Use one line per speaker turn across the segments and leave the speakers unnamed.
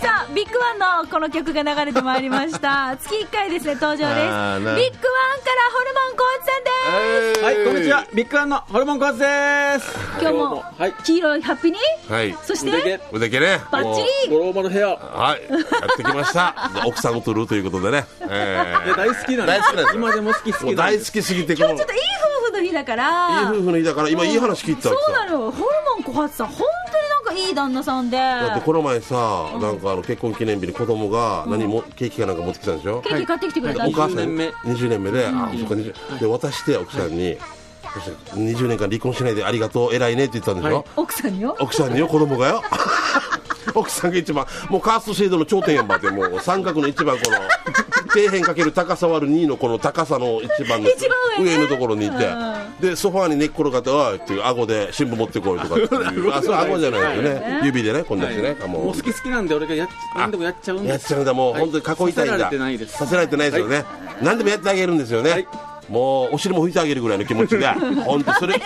さあビッグワンのこの曲が流れてまいりました 月1回ですね登場ですビッグワ
あー
ンからホルモ
な
ンコーチさんです
はい、
こんにちは。ビッグワンのホルモンコーツです。
今日も
はい。
黄色いハッピーに、
はい。
そし
腕
て
毛
おだけね。
バッチリ
五郎丸の部屋。
はい、やってきました。 奥さんを取るということでね。え
いや大好きなんで
大好きなんです
す。今でも好き好
もう
きなん
大
で
好
す。
きすぎて、
今
こ
日
の
ちょっといい夫婦の日だから
いい夫婦の日だから、今いい話聞いてた
そ
わけ
う
さ
なのホルモン小発さん本当になんかいい旦那さんで
だってこの前さ、なんかあの結婚記念日に子供が何も、ケーキかなんか持ってきたんでしょ
ケーキ買ってきてくれた、
お母さん
20年目
20年目で、あそっか20で渡して奥さんに、そして20年間離婚しないでありがとう偉いねって言ったんでしょ、
はい
奥さんよ
奥さんによ子供が よ奥さんが一番もうカースト制度の頂点やんばってもう三角の一番この底辺かける高さ割る2のこの高さの一番の
一番上ね
のところにいて、でソファーに寝っ転がって「おい」っていう顎で新聞持ってこいとかっていうあ そう顎じゃないですよね指でねこんなしね、
もう好き好きなんで俺がやっ何でもやっちゃうん
や
で
っ
す
ちゃうんだもう
はい
本当に囲いたいんだ
させられてないです
させられてないですよね、何でもやってあげるんですよね、
はい
もうお尻も拭いてあげるぐらいの気持ちで 本当それ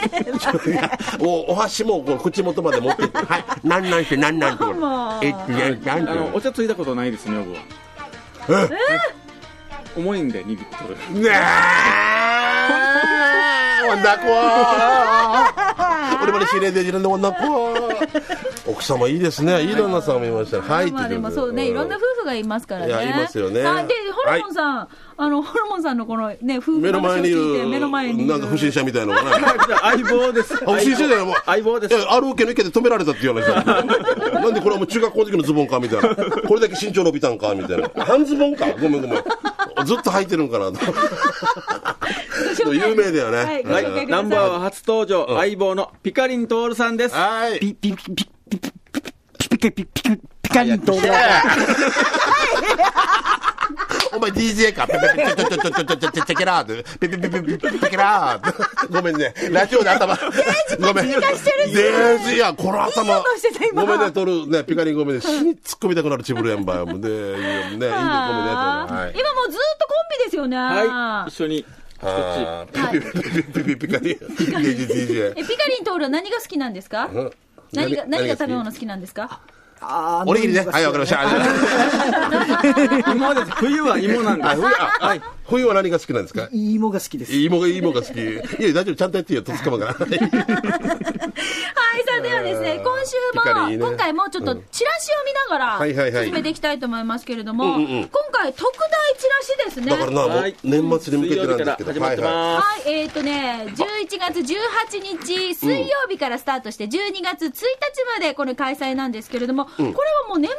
それがおお箸もこう口元まで持ってってはいなんなんしてなんなんって
もう
えっなん
あの
なん
お
っ
茶ついたことないです女房は重いんで2リットル
てねえワンダーコー俺まで知り合いで知らんのワンダーコー奥様いいですねいい旦那さんもいましたねはい
まあ
とい
で
うこ
も
と
そうね、いろんな夫婦がいますからね。
いやいますよね
はいで、ホルモンさん、あの、ホルモンさんのこのね、夫婦
目の前にい
話を聞いて
る
目の前にいる
なんか不審者みたいなのがね
相棒です
あ、先生だよ、もう。
相棒です
いや、ある受けの意見で止められたって言われてた。なんでこれはもう中学校の時のズボンかみたいな。これだけ身長伸びたんかみたいな。半ズボンかごめんごめん。ずっと履いてるんかなと。
紹介
有名だよ ね
はい、ご
はい
紹介くださ
ナ
い。
ンバーは初登場相棒のピカリン徹さんです
はい。
ピピピピピピピピピピピカリンと。
お前 DJ か。ペペペペペペペペペペケラーって。ペペペペペペペケラーって。ごめんね。ラジオで頭。ごめん。デージいや、この頭
いい音してた。今
ごめんね、取る。ね、ピカリンごめんね。死に突っ込みたくなるチブルやんばよ。もうね、いいよね。いいんだよ、ごめんね。
あー
はい
今もうずっとコンビですよね。
はい一緒に
あー
はい
ピピピピピカリ芸術 DJ
え、ピカリンと俺は何が好きなんですか
ん
何が、何
何
が
が
食べ物好きなんですか
あ
おにぎりねはいわかりましたあ
芋です冬は芋なんで
あ
す
冬ああ冬は何が好きなんですか
芋が好きです。
芋が芋が好きいや大丈夫ちゃんとやっていいよとつかまから
はい、さあではですね、今週
ピカ
も、
リね
今回もちょっとチラシを見なが
はいはいは
ら、
い
進めていきたいと思いますけれども、
うん
今
うんうん
回特大チラシですね。
だからなも
は
う
い
年末に向けて
水曜
なん
日
で
か
す
ら
けど
始まってま
はい、えっ、とね、11月18日水曜日からスタートして、12月1日までこれ開催なんですけれども、これはもう年末用のや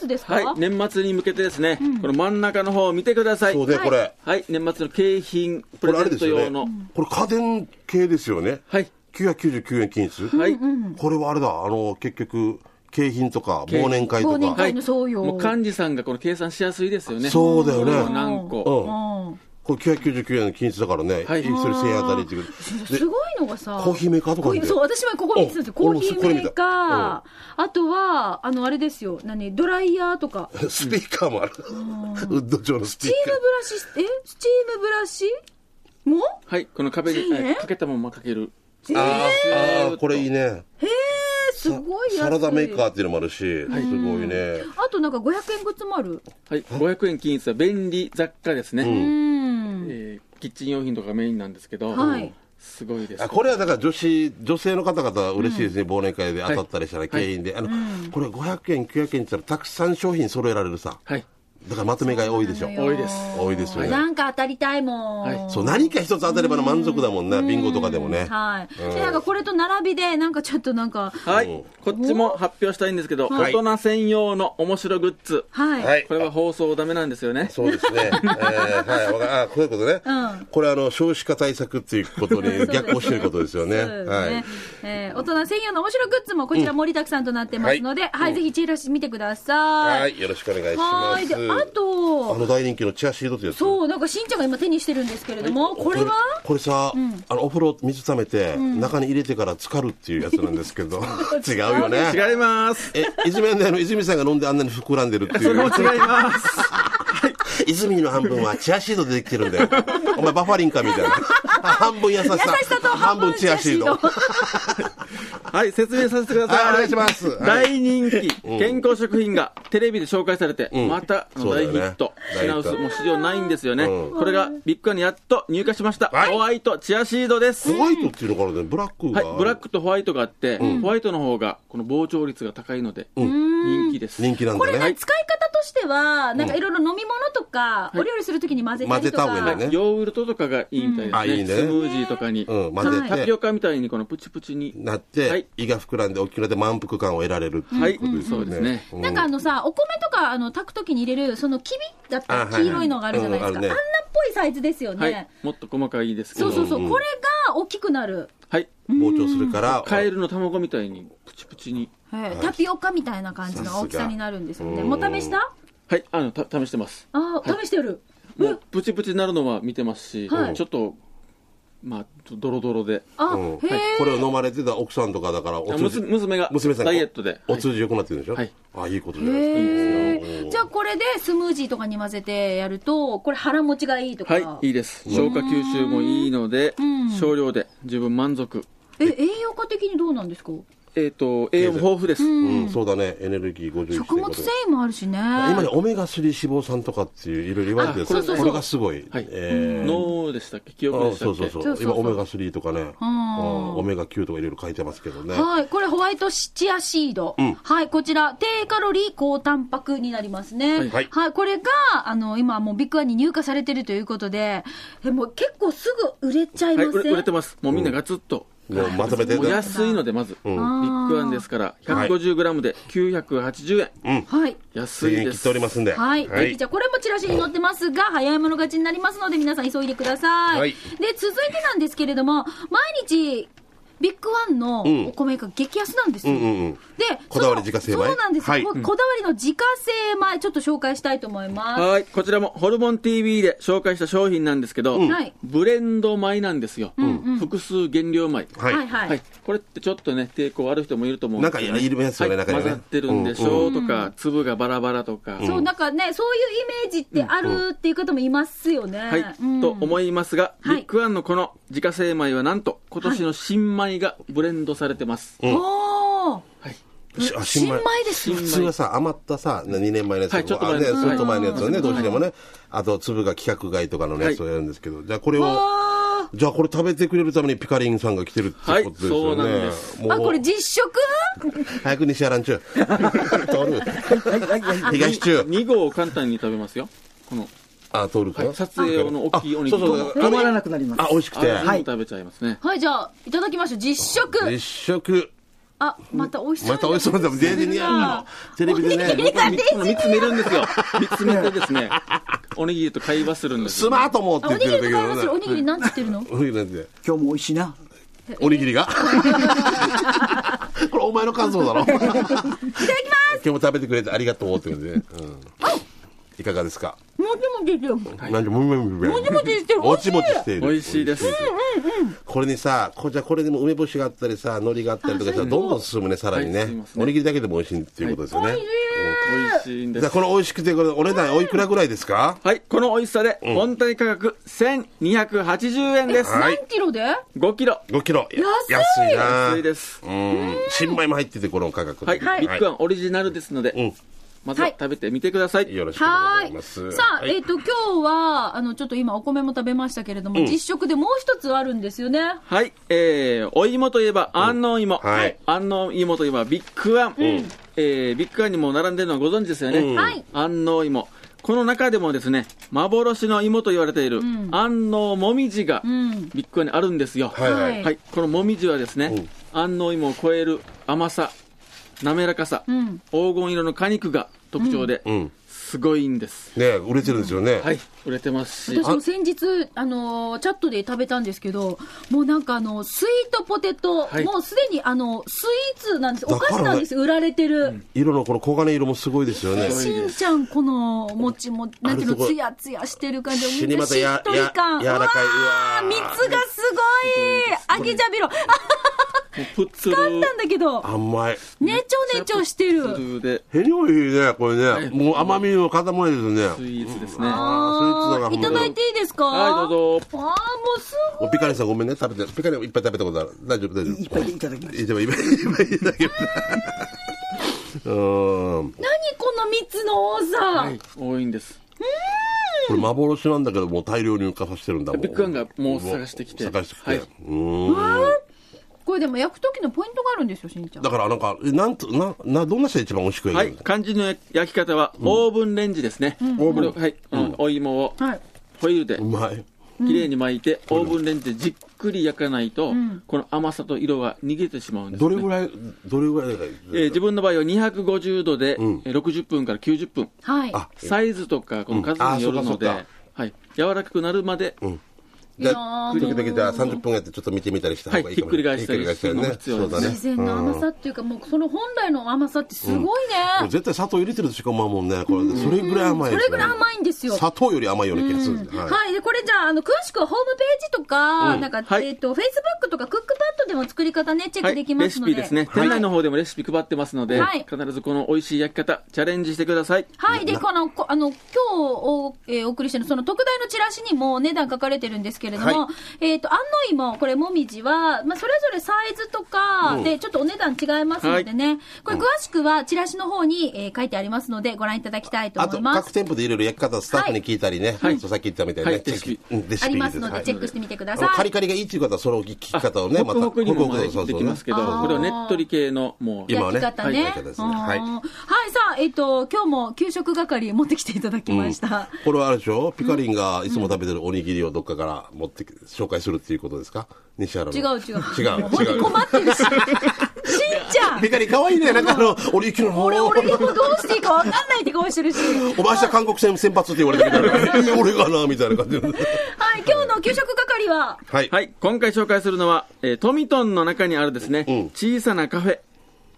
つです
す
か、
はい年末に向けてですねこの真ん中の方を見てください
そうねこれ
はい年末の景品
こ
プ
れあ
レ
れで
ゼン
す
ト
よ
用
ね
の
これ家電系ですよね
はい
999円均一
はい
これはあれだあの結局景品とか忘年会
忘
と
年
か
会
はい
の送用。
もう幹事さんがこの計算しやすいですよね
そうだよね
これを何個
うん
うん
これ999円の均一だからねそ
は
れ
い
1000円あたりっていうことです
ごいのがさ、
コーヒーメーカーとかあるんだよ
そう、私もここ見てたんですよ。コ
お
ーヒ
俺もそ
ーメ
れ見
ー
た
カー、あとは、あの、あれですよ、何、ドライヤーとか、
スピーカーもある。ウッド調のス
スチ
ピー
ー
カー
ム。ブラシ、えスチームブラシも
はいこの壁に
いいね
えかけたままかける
あーあ
え
ー、これいいね。
へえすごい安い。
サラダメーカーっていうのもあるし、すごいね。
あとなんか500円グッズもある。
はい500円均一は便利雑貨ですね、
うん。
えーキッチン用品とかがメインなんですけど、
はい
すごいです
あこれはだから女子、女性の方々は嬉しいですね、忘年会で当たったりしたら、
い
景品で。あの、これ500円、900円って言ったらたくさん商品揃えられるさ。
はい
だからまとめ買い多いでしょ。
多いです
多いですよね
なんか当たりたいもん。
はい
そう、何か一つ当たればの満足だもんね、ビンゴとかでもね。
はい。で、なんかこれと並びで、なんかちょっとなんか、
はい
うん
こっちも発表したいんですけど、
はい
大人専用の面白グッズ、
はい。
はい
これは放送ダメなんですよね
そうで すね。えーはい、わかあ、こういうことね。
うん
これ、あの、少子化対策っていうことに逆行してることですよね。
そうですね
はい。
えー大人専用の面白グッズもこちら盛りだくさんとなってますので、はい、ぜひチラシ見てください。
はい、よろしくお願
は
いしま
ーい。
す。
で、あと、
あの大人気のチアシードってやつ。
そう、なんかしんちゃんが今手にしてるんですけれども、これは
これさ、あのお風呂水溜めて、中に入れてから浸かるっていうやつなんですけ ど違うよね
違います
え泉アンの泉さんが飲んであんなに膨らんでるってい
それも
う
違います
泉の半分はチアシードでできてるんだよお前バファリンかみたいな半分優しさ。
優しさと半分チアシード。
はい、説明させてくださ
は
い。
いお願いしますはい
大人気、健康食品がテレビで紹介されて、
ん
またあの
そうだ
大
よ
ヒ
ね
ット。
大ヒッ
品
ト
薄もう市場ないんですよね。
う
これがビッグカーにやっと入荷しました。
はい
ホワイトチアシードです。
ホワイトっていうのからね、ブラック
は
が。
い、ブラックとホワイトがあって、ホワイトの方がこの膨張率が高いので、人気です。
人気 なん
こ
だ
れ
ね。
ね、使い方としては、なんかいろいろ飲み物とか、お料理するときに混ぜたりと
混ぜた方がい
か
いんだ、ね
ヨーグルトとかがいいみたいで
う
すね。
んあいいね
スムージーとかに。
うん混ぜて
タピオカみたいにこのプチプチに。
なって、
はい
胃が膨らんで大きくなって満腹感を得られるって
はいいう
ことですよね。
うんそうです
う
なんかあのさ、お米とかあの炊くときに入れる、その黄身だった
あ
り
はいはい
黄色いのがあるじゃないですか、
う
あ
ん
ん
あ
な
るね
っぽいサイズですよ
はい
ね。。
もっと細かいですけ
そ
ど。
うそうそう、これが大きくなる、
はい。
膨張するから、
カエルの卵みたいにプチプチに。
はいタピオカみたいな感じの大きさになるんですよね。もう試した
はい、あの、た試してます。
ああ、試してる。
もうプチプチになるのは見てますし、
はい
ちょっと、まあ、ちょっとドロドロで。
あ、
うん
へえ。
これを飲まれてた奥さんとかだからお
あ
通じ
娘娘が
娘さん
ダイエットで
お通じ良くなってるんでしょ、
はい
あいいことじゃない
へ
です
ー
か
じゃあこれでスムージーとかに混ぜてやると、これ腹持ちがいいとか。
はい、いいです。消化吸収もいいので、少量で十分満足。
え、栄養価的にどうなんですか
えっ、と、栄養も豊富です。
うん、そうだねエネルギー51
食物繊維もあるしね。
今ねオメガ3脂肪酸とかっていういろいろ言われてるんですけ
あ
ど
そうそうそう
これがすごい、
はい
えー
脳でしたっけ記憶
あ
でした
そ
っ
うそう
け
そう
そうそうそう
今オメガ3とかね、うんオメガ9とかいろいろ書いてますけどね、
はい、これホワイトシチアシード、はい、こちら低カロリー高タンパクになりますね。はい、
はい
これがあの今もうビッグワンに入荷されてるということで、えもう結構すぐ売れちゃいま
は
せ
い、
ん。
売れ売れてます。もうみんなガツッと。
もうまとめて
もう安いので、まず、ビッグワンですから、150g で980円。
はい。
安い
次に
で
切っ
す。
ておりますんで、
はい、ぜひじゃあこれもチラシに載ってますが、早い者勝ちになりますので皆さん急いでください、
はい
で続いてなんですけれども毎日ビッグワンのお米が激安なんですよ、
うんうんうん
で
こだわり自家製米
そうなんですよ、
はい
ここだわりの自家製米ちょっと紹介したいと思います、
はい、こちらもホルモン TV で紹介した商品なんですけど、
はい
ブレンド米なんですよ、複数原料米、
はい
はいはい
はいこれってちょっとね、抵抗ある人もいると思うん
な
で
んか
す
い
よ
る
ね、
いるやつよね、
はい
中には
混
ね
ざってるんでしょうとか、粒がバラバラとか、
そうなんかねそういうイメージってあるっていう方もいますよね、
はい、
うん
と思いますが、
はい
ビッグワンのこの自家製米はなんと、今年の新米がブレンドされてます。
うん
おー
はい
しあ
新米ですよ
新
普
米
通はさ余ったさ2年前のやつ
はいちょっと前
あね
の
ち
やつ
ょっと前のやつを
は
ね
い
どうしてもねあと粒が規格外とかのね
はい
やつをやるんですけどじゃあこれを
あ
じゃあこれ食べてくれるためにピカリンさんが来てるってことです
はいそ
よ
うなん
ね
です
ーあ
も
こ
う
れ実食
早く西原ん ちゅう通る東中
2合を簡単に食べますよ。この、
あ通る
は
か
い、撮影用の大きいお肉
あそうそう
止まらなくなります
あ。美味しく
あ
て
れ全部食べちゃいますね。
はいじゃあいただきましょう実食
一食
あまた美味しそう
また美味しそうだもんデージ似合うのテレビ でね
が出
この見つめるんですよ。見つめてですね、おにぎりと会話するんです
ス
よ、
マートもって
あお
言
に
っ
ぎ
て
り
る
と
んだけ
買いますよ
ど
お
ね
にぎりなんつってるの
おにぎりなんて
今日も美味しいな。
おにぎり がこれお前の感想だ ろいただきます今日も食べてくれてありがとうってことで、うん、いかがですか
もちもちしてるも
なんでもみもみも
ちもちしてる
もちもちしている
美味しいです。
これにさこじゃあこれにも梅干しがあったりさ海苔があったりとかしたらどんどん進むねさらにね,、
はい進みますね
おにぎりだけでも美味しいっていうことですよね、
美味しいんで
じゃあ
す。
これ美味しくてこれお値段おいくらぐらいですか
はい、この美味しさで、本体価格1280円です。
はい
何キロで
5キロ。
5キロ安
い
安いな
安いです。
うん新米も入っててこの価格で
はい、ビッグワンオリジナルですの
うん
で、まずは食べてみてください。
よろしくお
は
願い
ー
します
い。さあ、えっ、と、今日は、あの、ちょっと今お米も食べましたけれども、実食でもう一つあるんですよね。
はい、えー、お芋といえば安納芋。
うんはい
安納芋といえばビッグワン。えー、ビッグワンにも並んでるのはご存知ですよね。
うん
はい
安納芋。この中でもですね、幻の芋と言われている安納もみじが
ん
ビッグワンにあるんですよ。
はいはい、
はい
はい、このもみじはですね、安納芋を超える甘さ、滑らかさ、
ん
黄金色の果肉が特徴で、
ん
すごいんです。
ね売れてるんですよね、
はい、売れてますし
私、も先日、あのーチャットで食べたんですけど、もうなんかあの、スイートポテト、
はい
もうすでにあの、スイーツなんです。お
わか
菓
る
子なんです。売られてる。
色のこの黄金色もすごいですよね
でしんちゃん、この、もちも、なんていうの、つやつやしてる感じ
死
の、
に
ほん
ま
と
た
し
や
っとり感。
や柔らかいう
わー
うわー
蜜がすごいアギジャビロ。
プッツル
あったんだけど、
甘い。
ねちょねちょしてる。
プッツルで
ヘリオいいね、これね。
い
もう甘みの塊ですね。
スイーツですね。は
あ
あー
ー
スイーツだない
ただいていいですか
い、どうぞ。
ああ、もうす
おピカリさんごめんね、食べて、ピカリいっぱい食べたことある。大丈夫、大丈夫。
いっぱいいただきま
い
す。
っぱいいっぱいいっぱいいただける。 うーん。
ごい。何この蜜の多さ。
はい、多いんです。
これ幻なんだけど、もう大量に浮かさせてるんだもん。
ビッグワンがもう探してきて
探してきて。
はいう
ーん。
これでも焼く時のポイントがあるんですよ、しんちゃん。
だからなんか、えなんと、な、な、どんな人が一番美味しく
は
焼
い、
ける
肝心の焼き方は、オーブンレンジですね。
オーブン
これはい、あのお芋を
はい。
ホイルで
うまい。
綺麗に巻いて、オーブンレンジでじっくり焼かないと、この甘さと色が逃げてしまうんです
ど
ね。
れぐらい、どれぐらい
えー自分の場合は250度で、えー60分から90分。
はい。
あ
サイズとか、この数によるので、
うんあーそうかそう
はい、柔らかくなるまで、
じゃ
や
あ、
ー
時々じゃあ30分やってちょっと見てみたりした方がいいかも
はいひっくり返したり
ひっくり返したりね。そうだね。
自然の甘さっていうか、もうその本来の甘さってすごいね。
もう絶対砂糖入れてるとしか思わんもんね。これ、それぐらい甘い
そ
です
れぐ
ね
らい甘いんですよ。
砂糖より甘いような気がするんで。
はい、
はい。
でこれじゃああの詳しくはホームページとか、なんか、
はい
えっ、とフェイスブックとかクックパッドでも作り方ねチェッ
は
クで
い、レ
きま
シ
すの
ピ
で、
ですね。店内の方でもレシピ配ってますので、
はい
必ずこの美味しい焼き方、チャレンジしてください。
はい。で、この、こあの、今日お、えーお送りしてる、その特大のチラシにもお値段書かれてるんですけれども、
は
えっ、と、安納芋、これ、もみじは、まあ、それぞれサイズとかで、ちょっとお値段違いますのでね、これ、詳しくはチラシの方に、えー書いてありますので、ご覧いただきたいと
あ
思
と、
いま
各
す。
店舗でいろいろ焼き方、スタッフに聞いたりね。
はい
そうさっき言ったみたいに
は
ね。
いレシピ
うんレシ
あ
ピ
り
で
ますの
は
で、
い
チェックしてみてくだ
あ
さ
のカ
い
リ。カリがいいっていう方はその聞き方をね、
ホ
ま
ク
た、
ホクにも、ね、
ホクホク
できますけど、
そうそう
これをねっとり系の、もう、
今は
焼
ね
き方
はい
ね。
焼き方です
う
ね
ん
はい
はいさあ、えっ、と、今日も給食係持ってきていただきました。
これはあれでしょピカリンがいつも食べてるおにぎりをどっかから持ってき紹介するっていうことですか西原の。
違う違う。も
違う違う。
困ってるし。しんち ゃん
ピカリン可愛いね。なんかあの、俺行くの。
俺、俺もどうしていいか分かんないって顔してるし。
お前明日韓国戦先発って言われたみたいな。俺がな、みたいな感じで。
はい、今日の給食係は、
はい。
はい、今回紹介するのは、えートミトンの中にあるですね、
うん
小さなカフェ、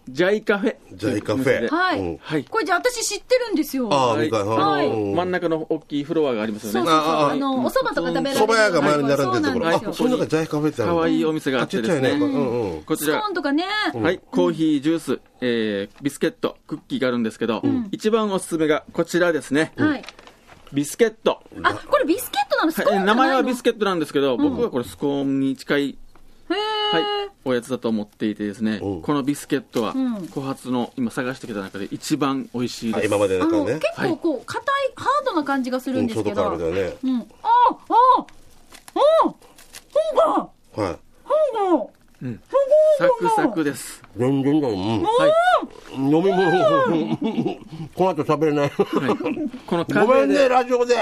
ジャイカフェ。
ジャイカフェ
というお店で
はい。
うん
はい
これじゃあ私知ってるんですよ。
ああ、
はい
みたいな。
はい
うん
真ん中の大きいフロアがあります
そ
よ
うそう
ね。
そう。
ああ
あの、お蕎麦とか食べられる。
蕎麦屋が前に並んでるところ。
はいそうなんで
あ
すよ、
その中にジャイカフェってある
可愛いお店があってですね
あちっちゃいねうんうん
こち
スコ
ら
ーンとかね。
はい、コーヒー、ジュース、えービスケット、クッキーがあるんですけど、一番おすすめがこちらですね、
はい。
ビスケット。
あ、これビスケットなのスコーンじ
はい
ゃないの
名前はビスケットなんですけど、僕はこれスコーンに近い、
へ
はい
ー。
おやつだと思っていてですね、
うん
このビスケットは
うん、
小発の今探してきた中で一番美味しい
あ
です。
今まで
あ
だから
の、
ね
結。構こう、硬い、ハードな感じがする
うんん
です
外
け
か
ど。
らみたいなね。
うん。ああああああ本が
はい。
本が
サクサクです。
全然だよ。うん
はい。
飲み物、この後食べれない。
このカ
ご
フ
め
ェ
んね、
で、
ラジオで。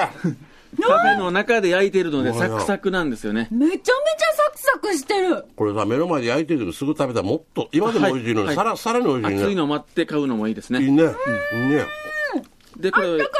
カフェの中で焼いているので、
ごめん
サ
よ
クサクなんですよね。
めちゃめちゃサクサクしてる。
これさ、目の前で焼いてるけど、すぐ食べたらもっと、今でも美味しいの
は
に、
い
さら、さらに美味し
熱
い
い
ね。
の待って買うのもいいです
いい
ね。
ね。いいね。
で、
あ
こ
ったかいコーヒ
れ
ー、とか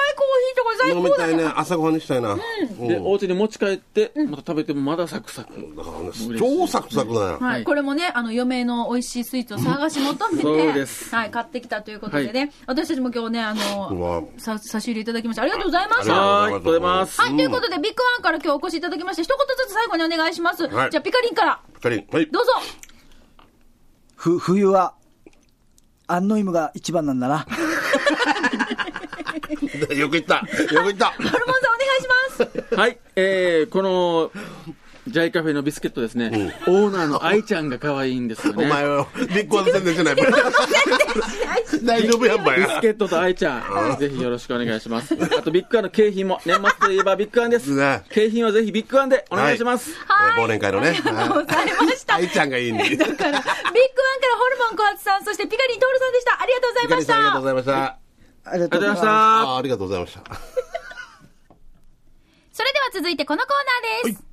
最
飲み
高
た
だ
いね。
ね。
朝ごはんにしたいな。うん
で、お家に持ち帰って、また食べてもまだサクサク。
だからね、超サクサクだよ。
は、
はいい
これもね、あの、余命の美味しいスイーツを探し求めて、
そうです
はい、買ってきたということでね、私たちも今日ね、あ
う
の、
わ
さ差し入れいただきました。ありがとうございまし
ありがとうございます
た。
はーい、ございます。
はい、ということで、ビッグワンから今日お越しいただきまして、一言ずつ最後にお願いします。
はい
じゃあ、ピカリンから、
ピカリン。はい。
どうぞ。
ふ、冬は、安納芋が一番なんだな。
よく言った。よく 言った。
ホルモンさん、お願いします。
はい、えー、この、ジャイカフェのビスケットですね、オーナーの愛ちゃんが可愛いんですよ
お
ね。
前は、ビッグワン宣伝しない。大丈夫やんばい
ビスケットと愛ちゃん、ぜひよろしくお願いします。あと、ビッグワンの景品も、年末といえばビッグワンです
ね。
景品はぜひビッグワンでお願いします。
はい。
忘年会のね
あり がとうございました。
愛ちゃんがいいね
だから、ビッグワンからホルモン小発さん、そしてピカリントールさんでした。ありがとうござい
ピカ
ま
リン
し
さん
た。
ありがとうございました。
ありが
あ
と
り
うご
が
ざいうます
とござい。ました。
あありがとうございました。
それでは続いてこのコーナーです。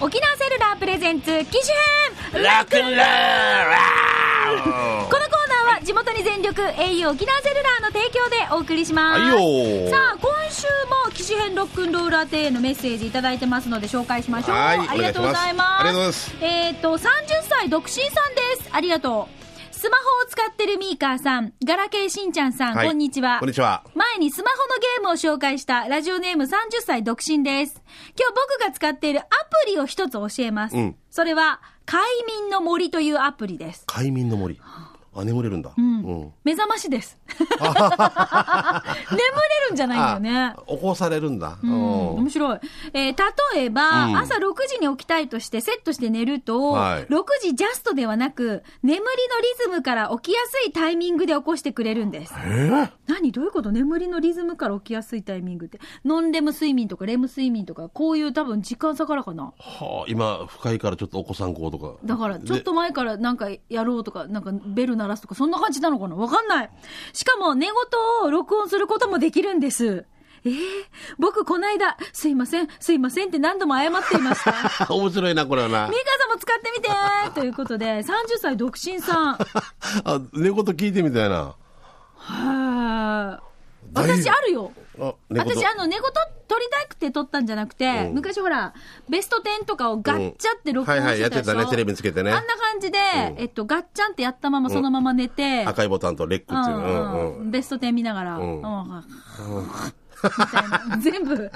沖縄セルラープレゼンツ機種編
ラックンロ
このコーナーは地元に全力 au 沖縄セルラーの提供でお送りします、
はいよー
さあ今週も機種編ロックンロール宛てへのメッセージいただいてますので紹介しましょう
はい
ありがとうございます
お願いしますありがとうございます
えっ、と30歳独身さんですありがとう30スマホを使ってるミーカーさん、ガラケーしんちゃんさん、
はい
こんにちは。
こんにちは
前にスマホのゲームを紹介したラジオネーム30歳独身です。今日僕が使っているアプリを一つ教えます。
うん
それは、快眠の森というアプリです。
快眠の森。あ、眠れるんだ。うん。
目覚まし です。眠れるんじゃないんだよね。
起こされるんだ。う
うん面白い。えー例えば、朝6時に起きたいとしてセットして寝ると、
はい
6時ジャストではなく、眠りのリズムから起きやすいタイミングで起こしてくれるんです。何どういうこと眠りのリズムから起きやすいタイミングって。ノンレム睡眠とかレム睡眠とか、こういう多分時間差からかな。
はあ、今、深いからちょっとお子さんこうとか。
だから、ちょっと前からなんかやろうとか、なんかベル鳴らすとか、そんな感じなのかなわかんない。しかも、寝言を録音することもできるんです。ええ僕この間、すいません、すいませんって何度も謝っていました。ミ ー
で。 面白いな、これはな
カー。さんも使ってみてということで、30歳独身さん。
あ、寝言聞いてみたいな。
はー
だいぶ
私あるよ。
あ、寝言。
私、あの、寝言撮りたくて撮ったんじゃなくて、
うん
昔ほら、ベスト10とかをガッチャって録音してたでしょ、
うんはいはいやってたねテレビにつけてね
あんな感じで、えっと、ガッチャンってやったままそのまま寝て、
赤いボタンとレックっていう。うん
う
うん
んベスト10見ながら、
うん
うんみたい な全部、全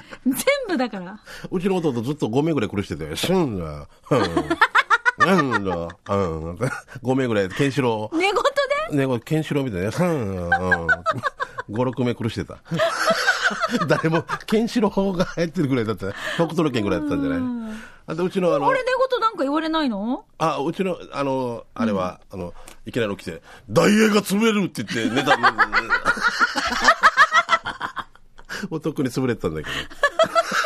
部だから。
うちの弟ずっと5名ぐらい苦してて、シュンだ、うん、うんだ、うん、5名ぐらい、ケンシロ
寝言で
ウ、ね、これケンシロウみたいな、シュンだ、うん、5、6名苦してた。誰も、ケンシロウが入ってるぐらいだった。北斗の県ぐらいだったんじゃないあと、うちの、あの、
俺寝言なんか言われないの
あ、うちの、あの、あれは、あの、いきなり起きて、ダイエーが潰れるって言って寝た。 うんもうとっくに潰れてたんだけ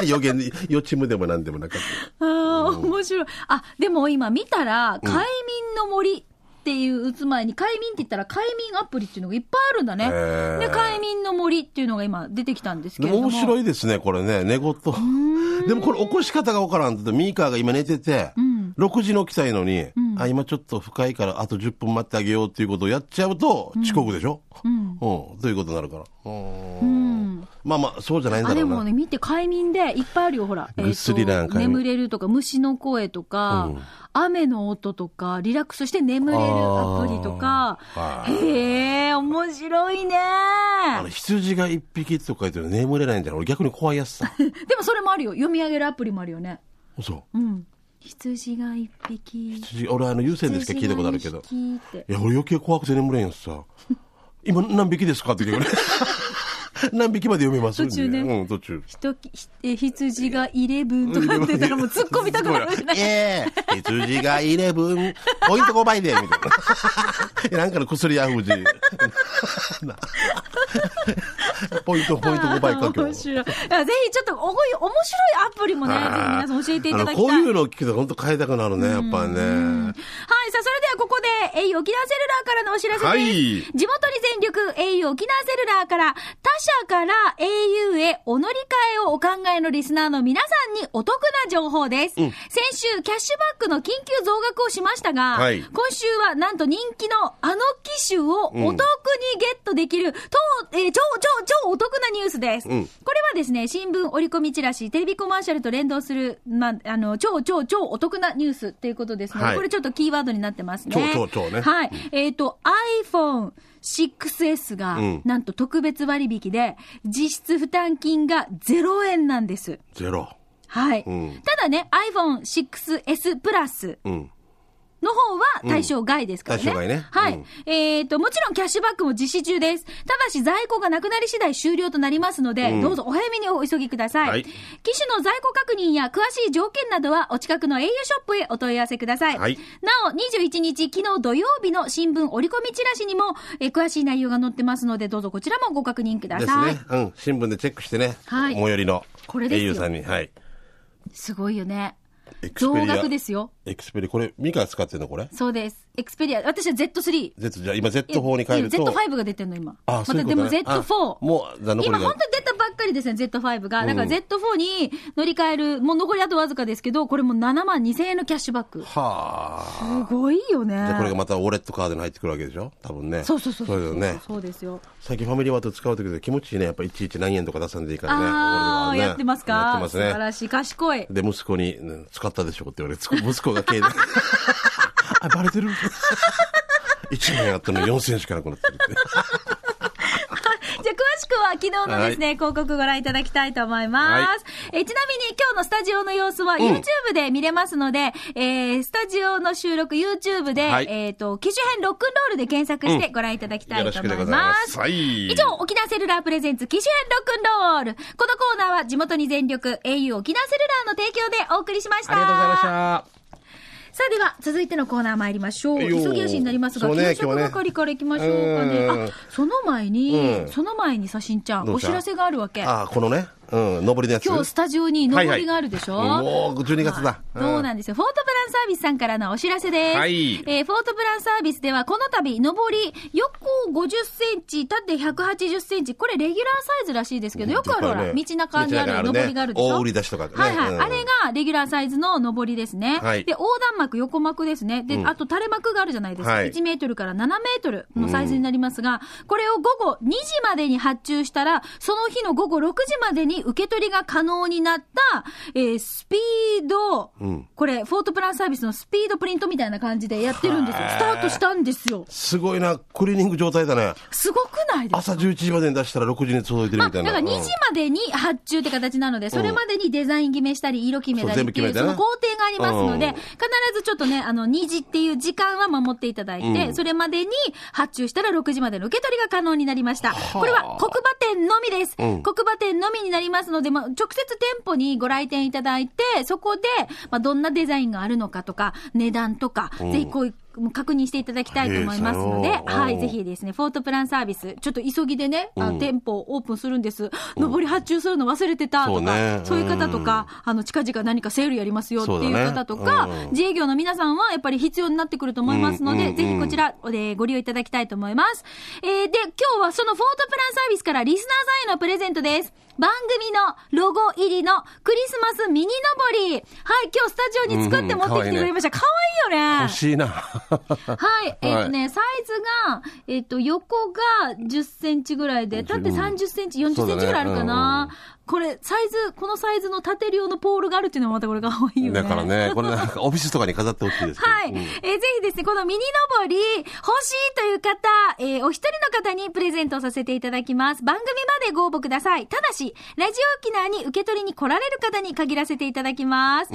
ど。 予言に、予知夢でも何でもなかった。
ああ、面白い。あ、でも今見たら、快眠の森。っていう打つ前に、快眠って言ったら、快眠アプリっていうのがいっぱいあるんだね。
へー
で、快眠の森っていうのが今出てきたんですけ
で
れど
も
も。
面白いですね、これね、寝言。でもこれ起こし方がわからんって言って、ミーカーが今寝てて、6時に起きたいのに、あ、今ちょっと深いからあと10分待ってあげようっていうことをやっちゃうと、遅刻でしょうん。ということになるから。うん。まあまあ、そうじゃないん
あ
だろ
で
うな。
もね、見て、快眠でいっぱいあるよ、ほら。えーと
ぐっすりな快眠
眠れるとか、虫の声とか、雨の音とか、リラックスして眠れるアプリとか。
あ
へえ、面白いね。
あの、羊が一匹とか言ってるの眠れないんじゃない俺逆に怖いやつさ。
でもそれもあるよ。読み上げるアプリもあるよね。
そう
う。ん。羊が一匹。
羊、俺あの、有線でしか聞いたことあるけど。
羊が一匹って
いや、俺余計怖くて眠れんやつさ。今何匹ですかって言うよね。何匹まで読めます
途中ね
うん、途中。
ひときひえ羊がイレブンとかってたらもう 突っ込みたくなるじゃない。
ええ羊がイレブン、ポイント5倍で、みたいな。なんかの薬やふじ。なポイント、ポイント5倍か、今
面
日。
白い。いやぜひちょっとおごい面白いアプリもね、ぜひ皆さん教えていただ
あの
き
こう
たい。
いうのを聞くと本当変えたくなるね、やっぱりね。
はい。さあ、それではここで、au 沖縄セルラーからのお知らせです。
はい
地元に全力、au 沖縄セルラーから、他社から au へお乗り換えをお考えのリスナーの皆さんにお得な情報です。先週、キャッシュバックの緊急増額をしましたが、
はい
今週はなんと人気のあの機種をお得にゲットできる、とえー超、超、超お得なニュースです。
うん
これはですね、新聞折り込みチラシ、テレビコマーシャルと連動する、まあ、あの、超、超、超お得なニュースっていうことですので、
はい
これちょっとキーワードになってますね。
超超超ね
はい。えっ、と、iPhone6S が、
うん
なんと特別割引で、実質負担金が0円なんです。
ゼロ。
はい。
うん
ただね、iPhone6S プラス
うん。
の方は対象外ですからね。
うん対象外ね
はい。
うん
えっ、と、もちろんキャッシュバックも実施中です。ただし在庫がなくなり次第終了となりますので、どうぞお早めにお急ぎください。
はい
機種の在庫確認や詳しい条件などはお近くの au ショップへお問い合わせください。
はい
なお、21日、昨日土曜日の新聞折り込みチラシにも、えー詳しい内容が載ってますので、どうぞこちらもご確認くだ
です
さい。
ね。うん。新聞でチェックしてね。
はい
最寄りの。
これですよ
au さんに。はい。
すごいよね。
エクス
増
ペリア
額ですよ。
エクスペリ、これ、ミカ使ってんのこれ
そうです。エクスペリア、私は Z3。
?Z、じゃあ今 Z4 に変えると。
Z5 が出てるの、今。
あそういうこと
ま
ね
たでも Z4。
あもう残り
今、
が
本当に出たばっかりですね、Z5 が。だから Z4 に乗り換える、もう残りあとわずかですけど、これもう7万2000円のキャッシュバック。す
はあ。
ごいよね。
じゃあこれがまたウォレットカードに入ってくるわけでしょ多分ね。
そうそうそう
そうだよね。
そうですよ。
最近ファミリーマート使うときで気持ちいいね。やっぱいちいち何円とか出さんでいいからね。
ああ、
俺はね
やってますか
やってます
素晴
ね。
らしい。賢い。
で、息子に、 うん使ったでしょって言われて、息子息子が携帯。あ、バレてる1年あったのに4000円しかなくなってるって。
じゃあ、詳しくは昨日のですね、広告ご覧いただきたいと思います。えちなみに今日のスタジオの様子は YouTube で見れますので、えースタジオの収録 YouTube で、
はい
えっ、と、機種編ロックンロールで検索してご覧いただきたいと思います。
はい。
以上、沖縄セルラープレゼンツ機種編ロックンロール。このコーナーは地元に全力 au 沖縄セルラーの提供でお送りしました。
ありがとうございました。
さあでは、続いてのコーナー参りましょう。
いいよ
急ぎ足になりますが、
そうね
給食係から行きましょうかね。
今日ねうん
あ、その前に、
うん
その前にさ、しんちゃん、
ど
お
うした
知らせがあるわけ。
ああ、このね、うん、上りのやつ。
今日スタジオに上りがあるでしょ、
はいはいもう12月だ
はいそうなんですよ。フォートプランサービスさんからのお知らせです。
はい
えーフォートプランサービスでは、この度、上り、横50センチ、縦180センチ、これレギュラーサイズらしいですけど、よくあるほ
いっぱ
ら、
いね
道中にある上りがあるでしょ
大売り出しとかね
はいはい。
うん
あれがレギュラーサイズの上りですね。
はい
で、横断幕、横幕ですね。で、あと垂れ幕があるじゃないですか。
はい
1メートルから7メートルのサイズになりますが、これを午後2時までに発注したら、その日の午後6時までに受け取りが可能になった、えースピード、
ん
これ、フォートプランサービスのスピードプリントみたいな感じでやってるんですよ。スタートしたんですよ。
すごいな、クリーニング状態だね。
すごくないですか
朝11時までに出したら6時に届いてる
まあ、
みた
だ
い
か
な。
ら2時までに発注って形なので、それまでにデザイン決めしたり、色決めたりってい
そう全
う、
部決めて
そ
ね
の工程がありますので、
うん
必ずちょっとね、あの、2時っていう時間は守っていただいて、それまでに発注したら6時までの受け取りが可能になりました。これは黒馬店のみです。黒
ん
馬店のみになりますので、まあ、直接店舗にご来店いただいて、そこで、まあ、どんなデザインがあるのかとか、値段とか、ぜひこういう、確認していただきたいと思いますの
へ
で
えさ、よう
はい、
うん
ぜひですね、フォートプランサービス、ちょっと急ぎでね、あ店舗オープンするんです、上り発注するの忘れてたとか、そ,、
そううね
いう方とか、あの近々何かセールやりますよって
そ
いうう
だね
方とか、
うん
自営業の皆さんはやっぱり必要になってくると思いますので、
うんうん
ぜひこちら、えーご利用いただきたいと思います。えーで、今日はそのフォートプランサービスからリスナーさんへのプレゼントです。番組のロゴ入りのクリスマスミニ上り。はい、今日スタジオに作って持ってきてくれました。可愛、いよね。
欲しいな。
はい、えっ、とね、サイズが、えっ、と、横が10センチぐらいで、縦30センチ、40
そう
セ
だ
ン
ね
チぐらいあるかな。これ、サイズ、このサイズの縦量のポールがあるっていうのもまたこれが可愛いよね。
だから。ね、これなんかオフィスとかに飾ってほしいですけど。
はい、
うん
えーぜひですね、このミニのぼり、欲しいという方、えーお一人の方にプレゼントをさせていただきます。番組までご応募ください。ただし、ラジオ沖縄に受け取りに来られる方に限らせていただきます。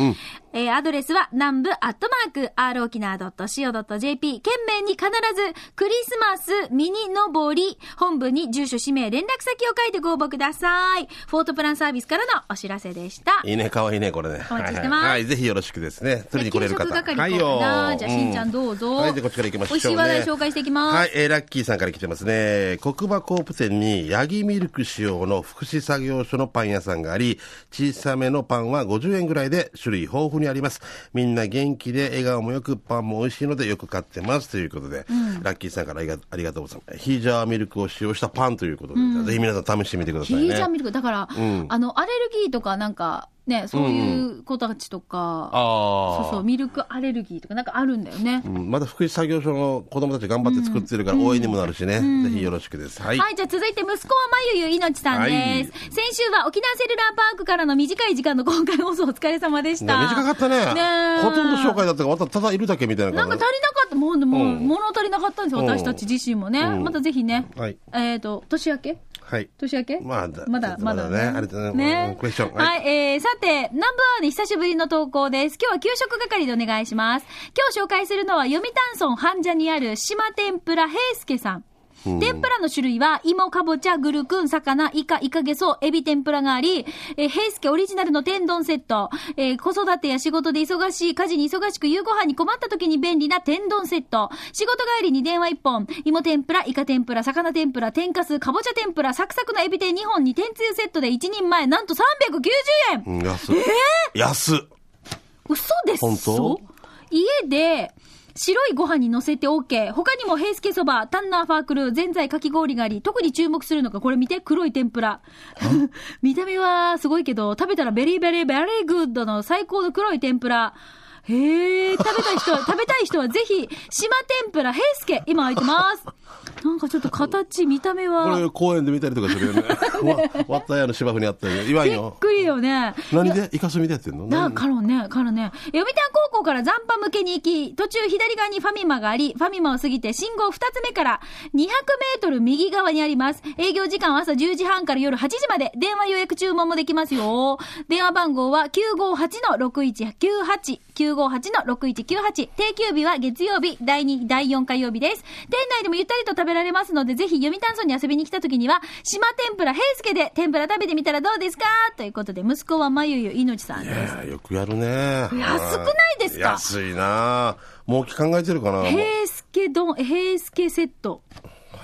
えーアドレスは、南部アットマーク、r 沖縄 .co.jp、懸命に必ず、クリスマスミニのぼり、本部に住所、氏名、連絡先を書いてご応募ください。フォートプランサービスからのお知らせでした。
いいね、かわいいね、これね。
お待ちしてます
はい、ぜひよろしくですね。取りに来れる
給
方。
食係
はい
行こう
よ
かな。じゃあ、しんちゃん
う
どうぞ。
はい、じゃあこっちから行きましょ
美
う、ね。
味しい話題紹介していきます。
はい、えー、ラッキーさんから来てますね。黒馬コープ店にヤギミルク仕様の福祉作業所のパン屋さんがあり、小さめのパンは50円ぐらいで種類豊富にあります。みんな元気で笑顔もよくパンも美味しいのでよく買ってます。ということで、ラッキーさんからありがありがとうございます。ヒージャーミルクを使用したパンということで、ぜひ皆さん試してみてくださ
ヒ
いね。
ージャーミルク。だから、あの、アレルギーとか、なんか、ね、そういう子たちとか、
あー
そうそう、ミルクアレルギーとか、なんかあるんだよね。
うんまだ福祉作業所の子供たち頑張って作ってるから応援にもなるしね。ぜひよろしくです。はい。
はい、じゃあ続いて、息子はまゆゆいのちさんです、先週は沖縄セルラーパークからの短い時間の公開放送お疲れ様でし
ね
た。
短かったね
ねえ
ほとんど紹介だったから、またただいるだけみたいな
なんか
感
足り
じ。
なかった、もう、もう、
うん
物足りなかったんですよ、
うん
私たち自身もね。
うん
またぜひね、
はい
えっ、と、年明け
はい。
年明け
まだ
まだ、
ちょっとまだねあれだねうんクエスチョン
は、
はいい
えー、さて、ナンバーワンに久しぶりの投稿です。今日は給食係でお願いします。今日紹介するのは、読谷村半者にある島天ぷら平介さん。天ぷらの種類は、芋、かぼちゃ、グルクン、魚、イカ、イカゲソ、エビ天ぷらがあり、えー、平介オリジナルの天丼セット、えー子育てや仕事で忙しい、家事に忙しく、夕ご飯に困った時に便利な天丼セット、仕事帰りに電話1本、芋天ぷら、イカ天ぷら、魚天ぷら、天かす、かぼちゃ天ぷら、サクサクのエビ天2本に天つゆセットで1人前、なんと390円
うん安い。安っ。
嘘です
本当
家で白いご飯に乗せて OK。他にも平助そば、タンナーファークルー、ぜんざいかき氷があり、特に注目するのがこれ見て、黒い天ぷら。 見た目はすごいけど、食べたらベリーベリーベリーグッドの最高の黒い天ぷら。へえ、食べたい人 は、食べたい人はぜひ、島天ぷら平助、今空いて ます。なんかちょっと形、見た目
こ
は。
れ公園で見たりとか するよね。わわったやの芝生にあったよね。言わん
びっ
よ。
くりよね。
何でイカスミでやってんの
なあ、カロンね、カロンね。読谷高方から残波向けに行き、途中左側にファミマがあり、ファミマを過ぎて信号2つ目から200メートル右側にあります。営業時間は朝10時半から夜8時まで、電話予約注文もできますよ。電話番号は958-6198、958-6198。定休日は月曜日、第2、第4火曜日です。店内でもゆったりと食べられますので、ぜひ読谷村に遊びに来た時には、島天ぷら平助で天ぷら食べてみたらどうですかということで、息子はまゆゆいのちさん
い
です。
やーよくやるね。
安くないですか
安いなもう期考えてるかなもう
平助丼、平助セット、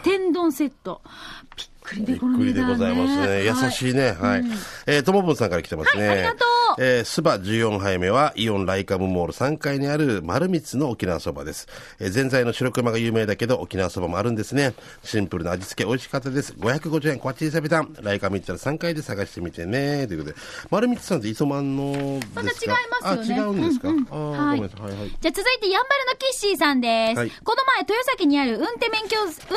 天丼セット。びっくり
び
で
っ
この
く
値
りで
段
ございますね。優
い。
しいね。はい。えーともぶんさんから来てますね。
はいありがとう
えースバ14杯目は、イオンライカムモール3階にある丸光の沖縄そばです。えー、前菜の白熊が有名だけど、沖縄そばもあるんですね。シンプルな味付け美味しかったです。550円、こっちにサビタン。ライカム行ったら3階で探してみてね。ということで、丸光さんって磯満のですか
また違いますよね
あ、違うんですか。
うんうん
あー
はい
ごめんなさい。はいはい。
じゃあ続いて、やんばるのキッシーさんです。
はい
この前、豊崎にある運転免許、運転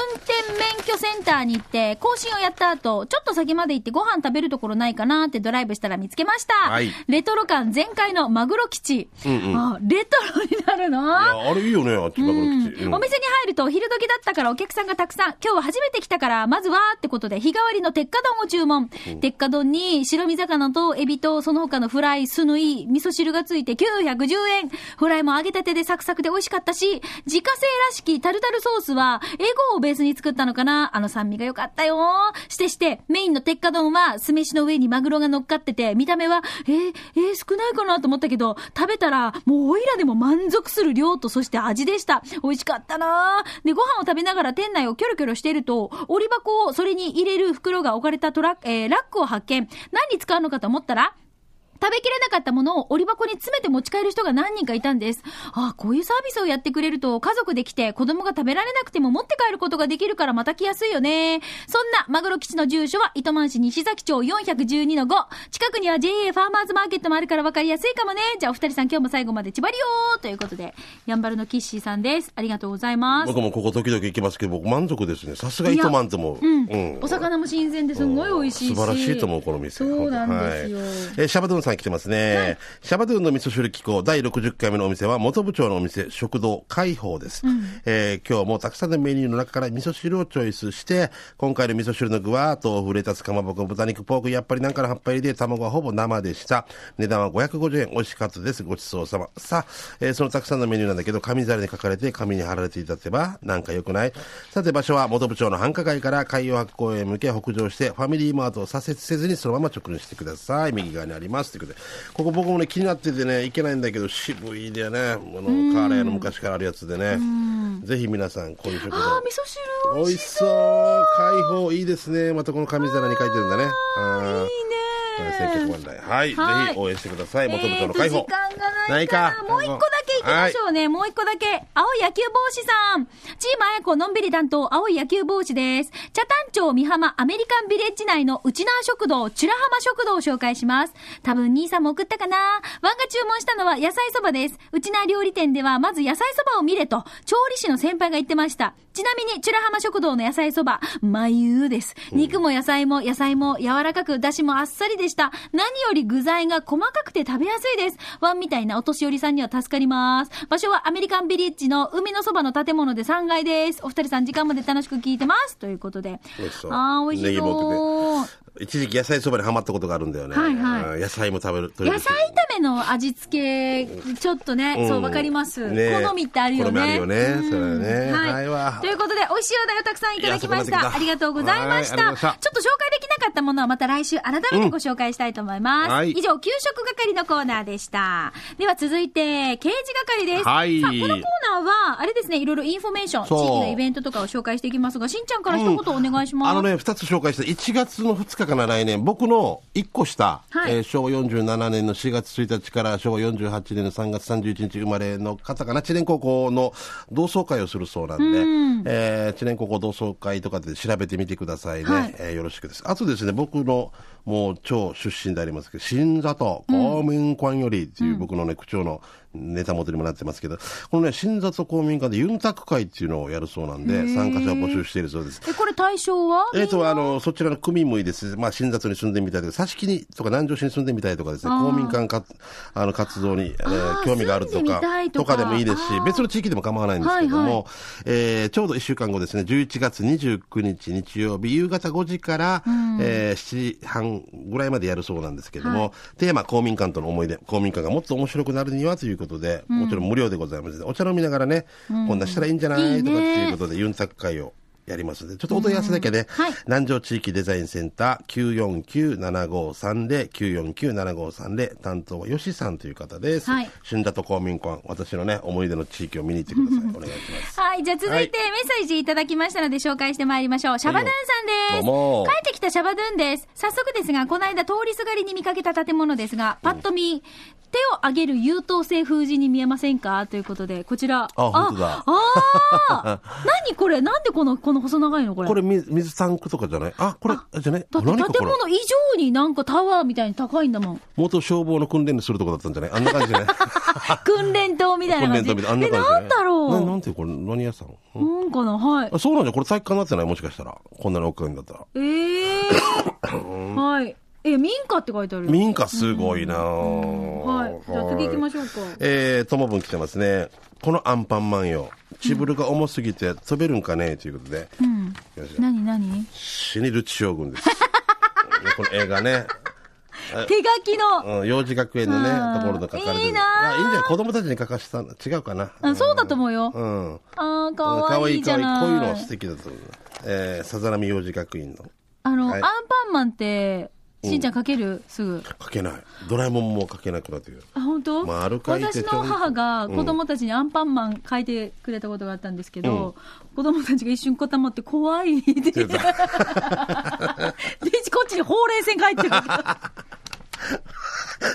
免許センターに行って、更新をやった後、ちょっと先まで行ってご飯食べるところないかなってドライブしたら見つけました。
はい
レトロ感全開のマグロ基地。あレトロになるの
いや、あれいいよね、あっちばから来て。うん
お店に入るとお昼時だったからお客さんがたくさん、今日は初めて来たから、まずはってことで、日替わりの鉄火丼を注文。鉄火丼に白身魚とエビとその他のフライ、スヌイ、味噌汁がついて910円。フライも揚げたてでサクサクで美味しかったし、自家製らしきタルタルソースは、エゴをベースに作ったのかなあの酸味が良かったよ。してして、メインの鉄火丼は酢飯の上にマグロが乗っかってて、見た目は、えー、えー少ないかなと思ったけど、食べたら、もうおいらでも満足する量と、そして味でした。美味しかったなぁで、ご飯を食べながら店内をキョロキョロしていると、折り箱をそれに入れる袋が置かれたトラック、えーラックを発見。何に使うのかと思ったら、食べきれなかったものを折り箱に詰めて持ち帰る人が何人かいたんです。ああ、こういうサービスをやってくれると家族で来て子供が食べられなくても持って帰ることができるからまた来やすいよね。そんなマグロ基地の住所は糸満市西崎町412の5。近くには JA ファーマーズマーケットもあるから分かりやすいかもね。じゃあお二人さん今日も最後までちばりよーということで、やんばるのキッシーさんです。ありがとうございます。
僕もここ時々行きますけど、僕満足ですね。さすが糸満とも。うん
お魚も新鮮ですごい美味しいし。
素晴らしいと思う、この
そ
店。
うなんですよ。
はいえーシャバドゥンさん来てますね。シャバドゥンの味噌汁機構第60回目のお店は元部長のお店、食堂開放です。えー今日もたくさんのメニューの中から味噌汁をチョイスして、今回の味噌汁の具は、豆腐、レタス、かまぼこ、豚肉、ポーク、やっぱりなんかの葉っぱ入りで、卵はほぼ生でした。値段は550円、美味しかったです。ごちそうさま。さあ、えーそのたくさんのメニューなんだけど、紙皿に書かれて、紙に貼られていただけば、なんか良くない。さて、場所は元部長の繁華街から海洋博公園へ向け北上して、ファミリーマートを左折せずにそのまま直にしてください。右側にあります。ということで、ここ僕もね、気になっててね、行けないんだけど、渋いんだよね。このカレーの昔からあるやつでね。ぜひ皆さん、こういう食
ああ、
堂。
味噌汁美
美
味
味
し
しそう。開放いいですね。またこの紙皿に書いてるんだね。はい
いね。
いね。はい、ぜ
はい
ひ応援してください。元部長の
えー
開
と
放
時。間がないから
ないか
もう一個だけ行きましょうね、もう一個だけ青い野球帽子さんチームあやこのんびり担当青い野球帽子です茶炭町美浜アメリカンビレッジ内のウチナー食堂チュラハマ食堂を紹介します多分兄さんも送ったかなワンが注文したのは野菜そばですウチナー料理店ではまず野菜そばを見れと調理師の先輩が言ってましたちなみに、チュラハマ食堂の野菜そば、まゆうです。肉も野菜も野菜も柔らかく、だしもあっさりでした。何より具材が細かくて食べやすいです。ワンみたいなお年寄りさんには助かります。場所はアメリカンビリッジの海のそばの建物で3階です。お二人さん時間まで楽しく聞いてます。ということで。
美味しそう
あー、美味し
ネギ
そ
も
う。
一時期野菜そばにハマったことがあるんだよね。
はいはい
うん野菜も食べる。
野菜炒めの味付け、ちょっとね、
うん
そう、わかります、
ね
好みってあるよね。
好みあるよね
うん
それはねはい
は。
はいい
ということで、美味しいお題をたくさんいただきまし
いやそこまで来
た。
た
ありがとうございました。ち
はい
ょ
あ
っ
りがと
と
うございました
紹介できなかったものはまた来週改めてご紹介したいと思います。
うんはい
以上、給食係のコーナーでした。では続いて、刑事係です。
はい
さあ、このコーナーは、あれですね、いろいろインフォメーション、地
そう
域のイベントとかを紹介していきますが、しんちゃんから一言お願いします。
あのね、二つ紹介した。1月の2日かな、来年。僕の1個下、
はい
えー昭和47年の4月1日から昭和48年の3月31日生まれの方かな、知念高校の同窓会をするそうなんで、えー知念高校同窓会とかで調べてみてくださいね。
はい
えーよろしくです。あとですね、僕のもう超出身でありますけど、新里公民館よりっていう僕のね、区長のネタ元にもなってますけど、このね、新里公民館でユンタク会っていうのをやるそうなんで、参加者を募集しているそうです。
え、これ対象は
えっ、と、あの、そちらの組もいいですしまあ、新雑に住んでみたいとか、挿木にとか南城市に住んでみたいとかですね、
あー
公民館かあの活動に、え
あ
ー
ー
興味があると
住んでみ
か
たい、と
と
か
かでもいいですし
あー、
別の地域でも構わないんですけども、
はいはい
えーちょうど1週間後ですね、11月29日日曜日、夕方5時から、えー7時半ぐらいまでやるそうなんですけども、
は
テーマ、公民館との思い出、公民館がもっと面白くなるにはということで、もちろん無料でございますのでお茶飲みながらね、こんなしたらいいんじゃない
いいね
とかっていうことで、ユンタク会を。やりますので、ちょっとお問い合わせだけね、
はい
南城地域デザインセンター9497530、9497530、担当は吉さんという方です。
はい
新里公民館、私のね、思い出の地域を見に行ってください。お願いします。
はい。じゃあ続いてメッセージいただきましたので紹介してまいりましょう。シャバドゥンさんです。
どうも
帰ってきたシャバドゥンです。早速ですが、この間通りすがりに見かけた建物ですが、パッと見、手を挙げる優等生風神に見えませんかということで、こちら。あ
本当だ
ああ 何これなんでこの、この細長いのこれ。
これ、み水タンクとかじゃないあ、これ、あじゃない
だって
何かこ
建
れ。
物以上になんかタワーみたいに高いんだもん。
元消防の訓練にするとこだったんじゃないあんな感じじゃ ない
訓練塔みたいな感じ。
訓練とみたいな、あんな
え、
感じじゃ
な
ない
んだ
なな
ろ
んていうこれ、何屋さん
う。なんかなはい
あ。そうなんじゃん。これ体育館になってないもしかしたら。こんなに奥にだったら。
ええはい。え、民家って書いてあるよ。
民家すごいな
はい。じゃあ次行きましょうか。
えー、ともぶん来てますね。このアンパンマンよ。チブルが重すぎて飛べるんかねということで。
うん。
よし
なになに
死にる地将軍です。ね この映画ね。
手書きの。
うん、幼児学園のね
あー、
ところで書かれてる。
いいなー
あいいんじゃない子供たちに書かせたの。違うかな。
あそうだと思うよ。
うん。
あー、か
か
わ
わ
い
い
い
い
じ
か
ゃ
わい
ない。
い。こういうのは素敵だと思う。えー、さざ波幼児学院の。
あの、
はい
アンパンマンって、しんちゃん書けるすぐ。
書けない。ドラえもんも書けなくなってくる。
あ、本当？
丸書いて
私の母が子供たちにアンパンマン書いてくれたことがあったんですけど、子供たちが一瞬固まって怖 いって。で、
言って
こっちにほうれい線書いてる。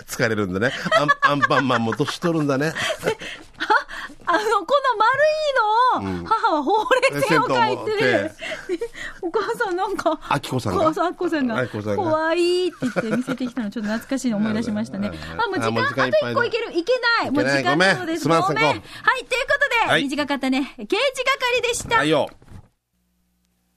疲れるんだね。アンアンパンマンも年取るんだね。
あの、この丸いのを、母はほうれい線を描いてる。お母さんなんか、
あきこさんが
お母さん、あきこさん
あ
が、
きこさんが
怖いって言って見せてきたの、ちょっと懐かしいの思い出しましたね。あ、もう時
あもう時
間、
間い
あ
っ
と一
ぱいだ
個いける。いけない。もう時
いけないごめ
間
ん
そうです。
すまん
ごめん。
そ
は
こ
い、ということで、
はい
短かったね。刑事係でした
は。いよ。